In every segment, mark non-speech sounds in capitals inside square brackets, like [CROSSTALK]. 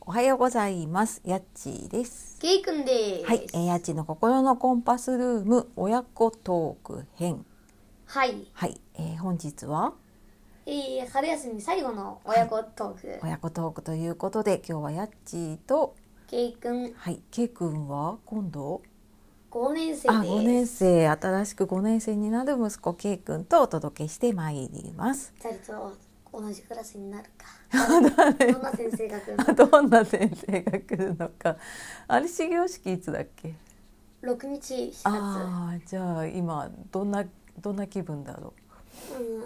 おはようございます。やっちーです。ケイくんです。はい、えー、やっちーの心のコンパスルーム親子トーク編。はい。はい、えー、本日はえー、春休み最後の親子トーク。親子トークということで、今日はやっちーとケイくん、はい、けいくんは今度5年生あ、です。 5年生新しく5年生になる息子けいくんとお届けしてまいります。 [LAUGHS] 二人と同じクラスになるか。どんな先生 [LAUGHS] が来るのどんな先生が来るのか。あれ始業式いつだっけ？ ?6 日7月。うああ、じゃあ今どんなどんな気分だろーん。う。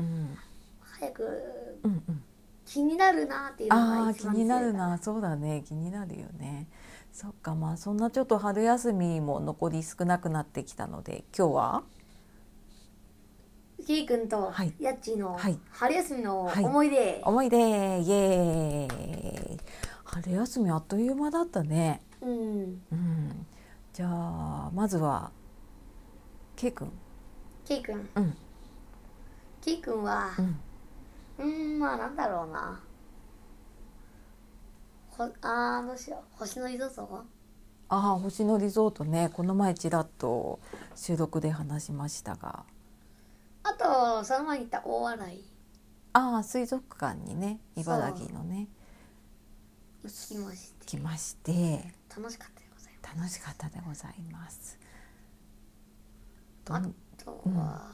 うん、早くうん、うん。気になるなっていうのあがあ一気番強いになる。なそうだね気になるよねそっかまあそんなちょっと春休みも残り少なくなってきたので今日はケイくんとはいヤッチーのはい春休みのはい思い出。思い出イエーイ春休みあっという間だったねうん。うんじゃあまずは K 君ケイくん。うんケイくんはう、んうーん、まあなんだろうな。ほあー、どうしよう。星のリゾートああ星野リゾートねこの前ちらっと収録で話しましたがあと、その前に行った大洗行ああ水族館にね茨城のねきまして、来まして楽しかったでござい楽しかったでございます。どますん。あとは、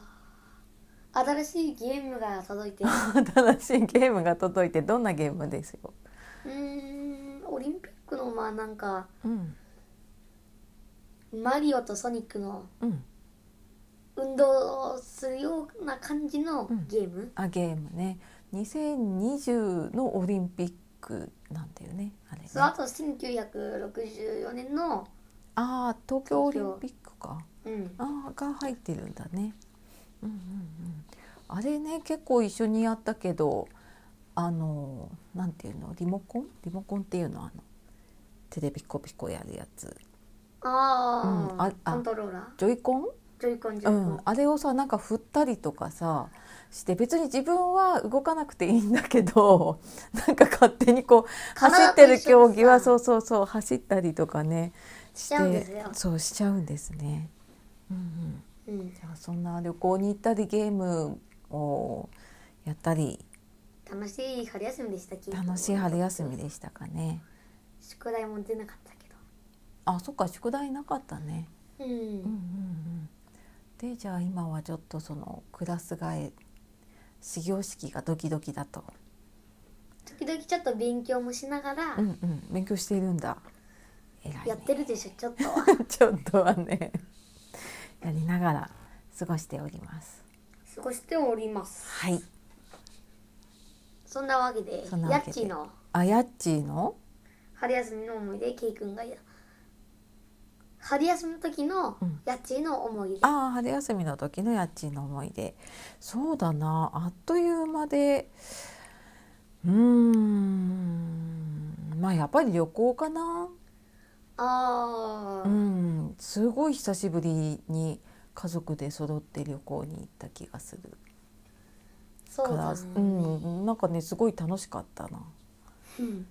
新しいゲームが届い [LAUGHS] て、う新しいゲームが届いてどんなゲームですよ。ーん、オリンピックの、まあなんか、うんマリオとソニックのうん。運動をするような感じのうんゲーム。あゲームね。2020のオリンピックなんだよねあれね。そうああと1964年の、あー東京オリンピックか。うん、ああが入ってるんだね。うんうんうん。あれね結構一緒にやったけどあのなんていうのリモコンリモコンっていうのあのテレビコピコやるやつあうんー、ああコントローラー、ジョイコンジョイコン、ジョうイコンん、。あれをさなんか振ったりとかさして別に自分は動かなくていいんだけど [LAUGHS] なんか勝手にこう走体ってと一緒にるさ競技はそうそうそう走ったりとかねししちゃうんですよそうしちゃうんですね。うんうん、うんじゃあそんな旅行に行ったりゲームをやったり楽しい春休みでしたけど楽しい春休みでしたかね。宿題も出なかったけあそっか宿題なかったね。どうん、うんうんうんでじゃあ今はちょっとそのクラス替え始業式がドキドキだと。時々ちょっと勉強もしながらうんうん、勉強しているんだ。偉い、ね。やってるでしょちょっとは [LAUGHS] ちょっとはね。やりながら過ごしております。過ごしておりますはい。そんなわけでそんなわやけっでちのあやっちーの。春休みの思い出ケイ君がや春休みの時のうんやっちの思い出、ああ、春休みの時のやっちーの思い出。そうだな、あっという間で。うーん。まあ、やっぱり旅行かな。あうー、ん、すごい久しぶりに。家族で揃って旅行に行った気がする。そうかだら、ね、うん、なんかね、すごい楽しかったな。うん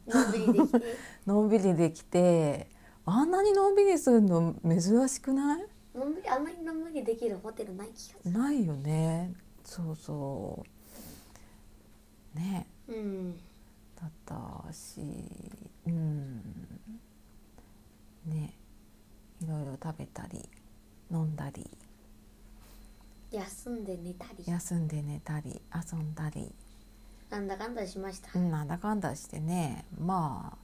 のんびのんびりできてりできてあんなにのんびりするの珍しくないのんびりあんまりのんびりできるホテルない気がするないよねそうそうねうんだったしうんねいろいろ食べたり飲んだり休んで寝たり休んで寝たり遊んだり、なんだかんだしましたうん、なんだかんだしてねまあ、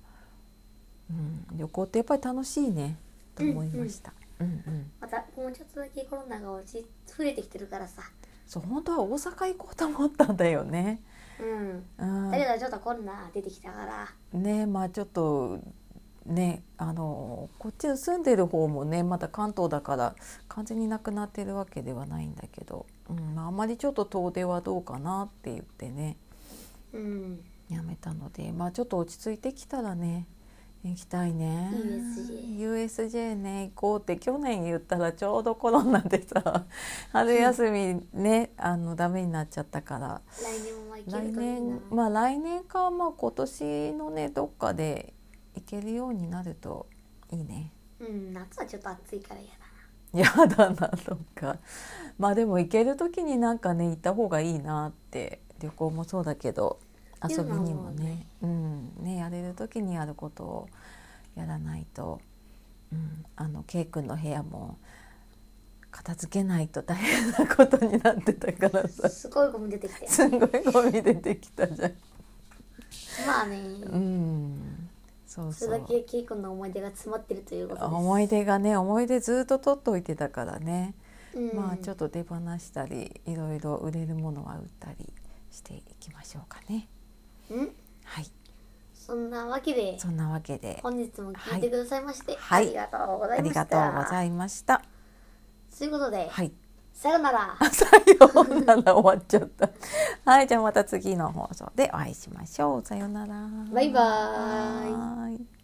うん、旅行ってやっぱり楽しいねと思いました。うんうんまたもうちょっとだけコロナが落ち増えてきてるからさそう本当は大阪行こうと思ったんだよね。うんうんだ、けどちょっとコロナ出てきたからねまあちょっとねあのこっちの住んでる方もねまだ関東だから完全になくなってるわけではないんだけど、うんまあ、あまりちょっと遠出はどうかなって言ってねうんやめたのでまあちょっと落ち着いてきたらね行きたいね USJ USJ ね行こうって去年言ったらちょうどコロ [LAUGHS] ナでさ春休みねあのダメになっちゃったから来年も毎回ける来といいな年まあ来年かまあ今年のねどっかで行けるようになるといいね。 [LAUGHS] うん夏はちょっと暑いから嫌だやだなとかまあでも行ける時になんかね行った方がいいなって旅行もそうだけど遊びにもねうんねやれる時にやることをやらないと、うん、あの K 君の部屋も片付けないと大変なことになってたから [LAUGHS] さすごいゴミ出てきてすごいゴミ出てきたじゃん。まあね、うん、そうそそれだうけケイ君の思い出が詰まってるということです思い出がね思い出ずっと取っておいてたからね。うん、まあちょっと手放したりいろいろ売れるものは売ったりしていきましょうかね。うんはい、そんなわけでそんなわけで本日も聞いてくださいまして、はいありがとうござあいまりしたがとうございました。ということで、はい、 [LAUGHS] さよならあさようなら終わっちゃった。 [LAUGHS] はい、じゃあまた次の放送でお会いしましょう。さようなら。バイバーイはーい